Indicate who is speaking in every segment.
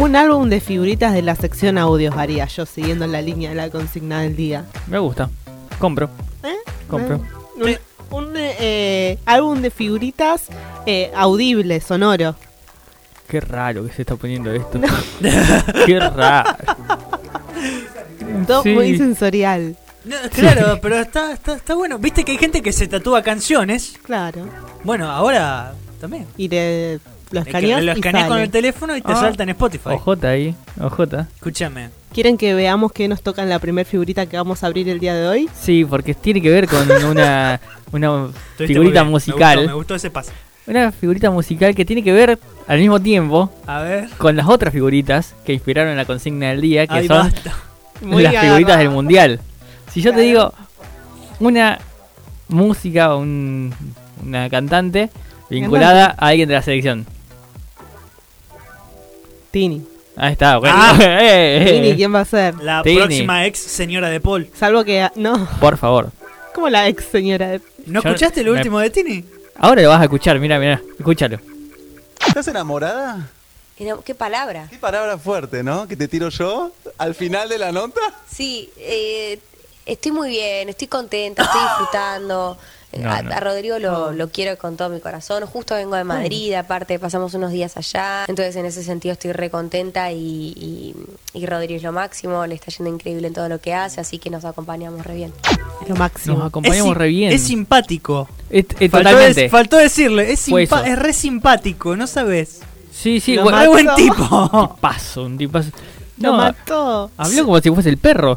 Speaker 1: un álbum de figuritas de la sección audios haría yo, siguiendo la línea de la consigna del día.
Speaker 2: Me gusta. Compro.
Speaker 1: ¿Eh?
Speaker 2: Compro.
Speaker 1: Un, un, eh, álbum de figuritas eh, audible, sonoro.
Speaker 2: Qué raro que se está poniendo esto. Qué raro.
Speaker 1: Todo
Speaker 2: Mm, Sí.
Speaker 1: muy sensorial.
Speaker 3: No, claro, pero está, está, está bueno. Viste que hay gente que se tatúa canciones.
Speaker 1: Claro.
Speaker 3: Bueno, ahora también.
Speaker 1: Y de los
Speaker 3: Es que
Speaker 1: escaneas
Speaker 3: lo
Speaker 1: y
Speaker 3: escaneas con
Speaker 1: sale.
Speaker 3: el teléfono y te
Speaker 2: Ah.
Speaker 3: salta en Spotify.
Speaker 2: OJ ahí. OJ.
Speaker 3: Escúchame.
Speaker 1: ¿Quieren que veamos qué nos toca en la primer figurita que vamos a abrir el día de hoy?
Speaker 2: Sí, porque tiene que ver con una, una
Speaker 3: Estuviste muy
Speaker 2: figurita
Speaker 3: bien. Me
Speaker 2: musical.
Speaker 3: gustó, Me gustó ese paso.
Speaker 2: Una figurita musical que tiene que ver al mismo tiempo
Speaker 3: A ver.
Speaker 2: con las otras figuritas que inspiraron la consigna del día, que
Speaker 3: Ahí
Speaker 2: son
Speaker 3: basta.
Speaker 1: Muy
Speaker 2: las figuritas del
Speaker 1: agarrado.
Speaker 2: mundial. Si yo te digo una música o un- una cantante vinculada a alguien de la selección.
Speaker 1: Tini.
Speaker 2: Ahí está, bueno.
Speaker 3: Ah.
Speaker 2: Eh, eh,
Speaker 1: Tini, ¿quién va a ser?
Speaker 3: La
Speaker 2: Tini.
Speaker 3: próxima ex señora de Paul.
Speaker 1: Salvo que... No,
Speaker 2: Por favor.
Speaker 1: como la ex señora de
Speaker 3: ¿No
Speaker 2: Yo-
Speaker 3: escuchaste lo
Speaker 2: me-
Speaker 3: último de Tini?
Speaker 2: Ahora lo vas a escuchar, mira, mira, escúchalo.
Speaker 4: ¿Estás enamorada?
Speaker 5: Era- ¿Qué palabra?
Speaker 4: Qué palabra fuerte, ¿no? Que te tiro yo al final de la nota.
Speaker 5: Sí, eh, estoy muy bien, estoy contenta, estoy disfrutando. Eh,
Speaker 2: No,
Speaker 5: a,
Speaker 2: no.
Speaker 5: a Rodrigo lo, lo quiero con todo mi corazón. Justo vengo de Madrid, aparte pasamos unos días allá. Entonces en ese sentido estoy re contenta y, y, y Rodrigo es lo máximo, le está yendo increíble en todo lo que hace, así que nos acompañamos re bien.
Speaker 1: lo
Speaker 2: Nos
Speaker 1: máximo.
Speaker 2: acompañamos
Speaker 3: es,
Speaker 2: re
Speaker 3: sim-
Speaker 2: bien.
Speaker 3: Es simpático.
Speaker 2: Es- es
Speaker 3: faltó,
Speaker 2: totalmente.
Speaker 3: dec- faltó decirle, es,
Speaker 2: Fue
Speaker 3: simpa-
Speaker 2: eso.
Speaker 3: es re simpático, no sabes.
Speaker 2: sí, sí,
Speaker 1: Lo
Speaker 2: bueno,
Speaker 3: Re
Speaker 1: mató.
Speaker 3: buen tipo.
Speaker 2: paso, un tipazo.
Speaker 1: Lo
Speaker 2: No,
Speaker 1: mató.
Speaker 2: habló como si fuese el perro.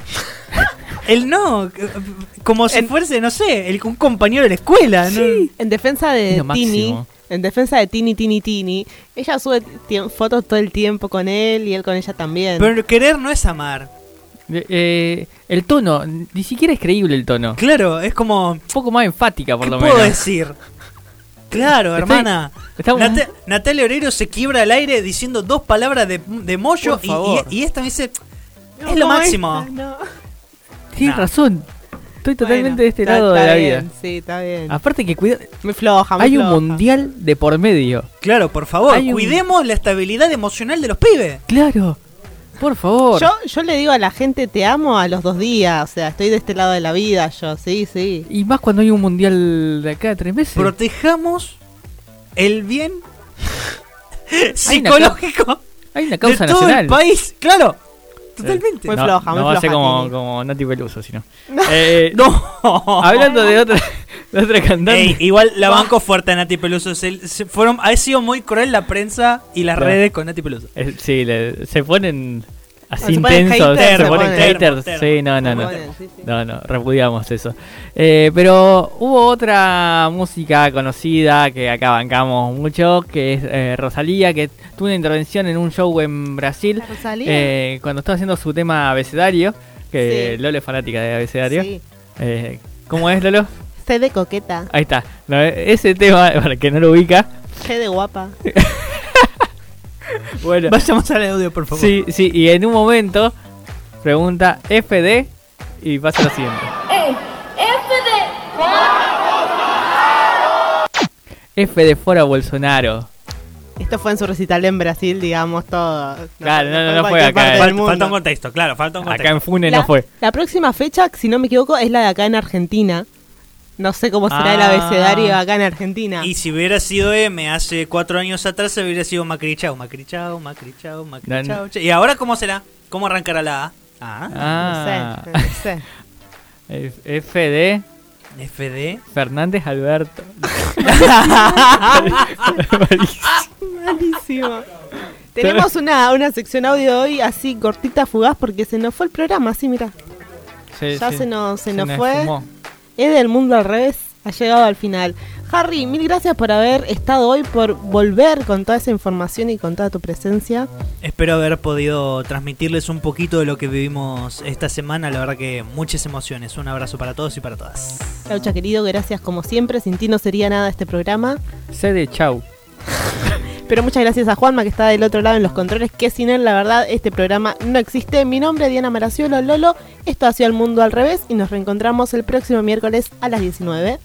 Speaker 3: El no, eh, como si
Speaker 1: En-
Speaker 3: fuese, no sé, el, un compañero de la escuela. ¿no?
Speaker 1: En defensa
Speaker 2: Es
Speaker 1: de
Speaker 2: lo
Speaker 1: Tini,
Speaker 2: máximo.
Speaker 1: en defensa de Tini, Tini, Tini, ella sube tie- fotos todo el tiempo con él y él con ella también.
Speaker 3: Pero querer no es amar.
Speaker 2: Eh, eh, el tono, ni siquiera es creíble el tono.
Speaker 3: Claro, es como,
Speaker 2: Un poco más enfática, por
Speaker 3: ¿qué
Speaker 2: lo
Speaker 3: puedo
Speaker 2: menos.
Speaker 3: decir? Claro,
Speaker 2: Estoy-
Speaker 3: hermana.
Speaker 2: estamos-
Speaker 3: Nat- Natalia Oreiro se quiebra al aire diciendo dos palabras de, de mollo y,
Speaker 4: Por
Speaker 3: e,
Speaker 4: favor.
Speaker 3: y- y esta me dice,
Speaker 1: No,
Speaker 3: es lo
Speaker 1: ¿cómo
Speaker 3: máximo.
Speaker 1: esta? No.
Speaker 2: Tienes
Speaker 3: Nah.
Speaker 2: razón. Estoy totalmente
Speaker 3: Bueno,
Speaker 2: de este
Speaker 1: Está-
Speaker 2: lado
Speaker 1: está
Speaker 2: de la
Speaker 1: bien,
Speaker 2: vida.
Speaker 1: Sí, está bien.
Speaker 2: Aparte que cuida,
Speaker 1: Muy floja, muy
Speaker 2: hay un
Speaker 1: floja.
Speaker 2: mundial de por medio.
Speaker 3: Claro, por favor,
Speaker 2: Hay un-
Speaker 3: cuidemos la estabilidad emocional de los pibes.
Speaker 2: Claro. Por favor.
Speaker 1: Yo, yo le digo a la gente te amo a los dos días, o sea, estoy de este lado de la vida, yo, sí, sí.
Speaker 2: Y más cuando hay un mundial de acá a tres meses.
Speaker 3: Protejamos el bien
Speaker 2: una
Speaker 3: psicológico
Speaker 2: hay una
Speaker 3: de
Speaker 2: causa
Speaker 3: todo el
Speaker 2: nacional.
Speaker 3: país. Claro, totalmente.
Speaker 1: Muy floja, muy
Speaker 2: no va a ser
Speaker 1: floja,
Speaker 2: como,
Speaker 1: Tini.
Speaker 2: como Nati Peluso, sino. Eh,
Speaker 3: No.
Speaker 2: Hablando de otra, de otra cantante.
Speaker 3: Ey, igual la banco fuerte a Nati Peluso. Se, se fueron, ha sido muy cruel la prensa y las
Speaker 2: Claro.
Speaker 3: redes con Nati Peluso.
Speaker 2: Eh, sí, le- se ponen así
Speaker 1: Ah, Se ponen
Speaker 2: intensos.
Speaker 1: haters,
Speaker 2: se
Speaker 1: se
Speaker 2: ponen
Speaker 1: ponen.
Speaker 2: haters.
Speaker 3: Termo,
Speaker 2: Sí, no, no,
Speaker 1: termo.
Speaker 2: no.
Speaker 1: Bueno, sí, sí.
Speaker 2: No, no, repudiamos eso. Eh, pero hubo otra música conocida que acá bancamos mucho, que es eh, Rosalía, que tuvo una intervención en un show en Brasil.
Speaker 1: ¿La Rosalía?
Speaker 2: eh, cuando estaba haciendo su tema abecedario, que
Speaker 1: Sí.
Speaker 2: Lolo es fanática de abecedario.
Speaker 1: Sí.
Speaker 2: Eh, ¿Cómo es, Lolo?
Speaker 1: Sé de coqueta,
Speaker 2: Ahí está. No, eh, ese tema, para el que no lo ubica.
Speaker 1: sé de guapa.
Speaker 2: Bueno,
Speaker 3: Vayamos al audio, por favor.
Speaker 2: Sí, sí, y en un momento pregunta FD y pasa lo siguiente.
Speaker 1: Eh,
Speaker 2: FD fuera Bolsonaro.
Speaker 1: Esto fue en su recital en Brasil, digamos, todo.
Speaker 2: Claro, no, no,
Speaker 1: en
Speaker 2: no fue
Speaker 1: cualquier
Speaker 2: acá,
Speaker 1: parte
Speaker 2: eh.
Speaker 1: del
Speaker 3: Fal-
Speaker 1: mundo.
Speaker 3: falta un contexto, claro, falta un
Speaker 2: Acá
Speaker 3: contexto.
Speaker 2: en Fune
Speaker 1: la,
Speaker 2: no fue.
Speaker 1: la próxima fecha, si no me equivoco, es la de acá en Argentina. No sé cómo será el
Speaker 2: Ah.
Speaker 1: abecedario acá en Argentina.
Speaker 3: Y si hubiera sido M hace cuatro años atrás, se hubiera sido Macri Chau, Macri Chau, Macri Chau, Macri
Speaker 2: No, no.
Speaker 3: Chau. Che, ¿Y ahora cómo será? ¿Cómo arrancará la A? Ah,
Speaker 2: Ah,
Speaker 1: No sé, no sé.
Speaker 2: F- FD
Speaker 3: FD.
Speaker 2: Fernández Alberto.
Speaker 1: Malísimo. Tenemos una, una sección audio hoy así cortita, fugaz, porque se nos fue el programa, así mira.
Speaker 2: Se-
Speaker 1: Ya se nos- se nos
Speaker 2: nos
Speaker 1: fue.
Speaker 2: esfumó.
Speaker 1: Es del mundo al revés, ha llegado al final. Harry, mil gracias por haber estado hoy, por volver con toda esa información y con toda tu presencia.
Speaker 3: Espero haber podido transmitirles un poquito de lo que vivimos esta semana. La verdad que muchas emociones. Un abrazo para todos y para todas.
Speaker 1: Laucha querido, gracias como siempre. Sin ti no sería nada este programa.
Speaker 2: Se de chau.
Speaker 1: Pero muchas gracias a Juanma que está del otro lado en los controles, que sin él la verdad este programa no existe. Mi nombre es Diana Maraciolo Lolo, esto ha sido El Mundo al Revés y nos reencontramos el próximo miércoles a las 19.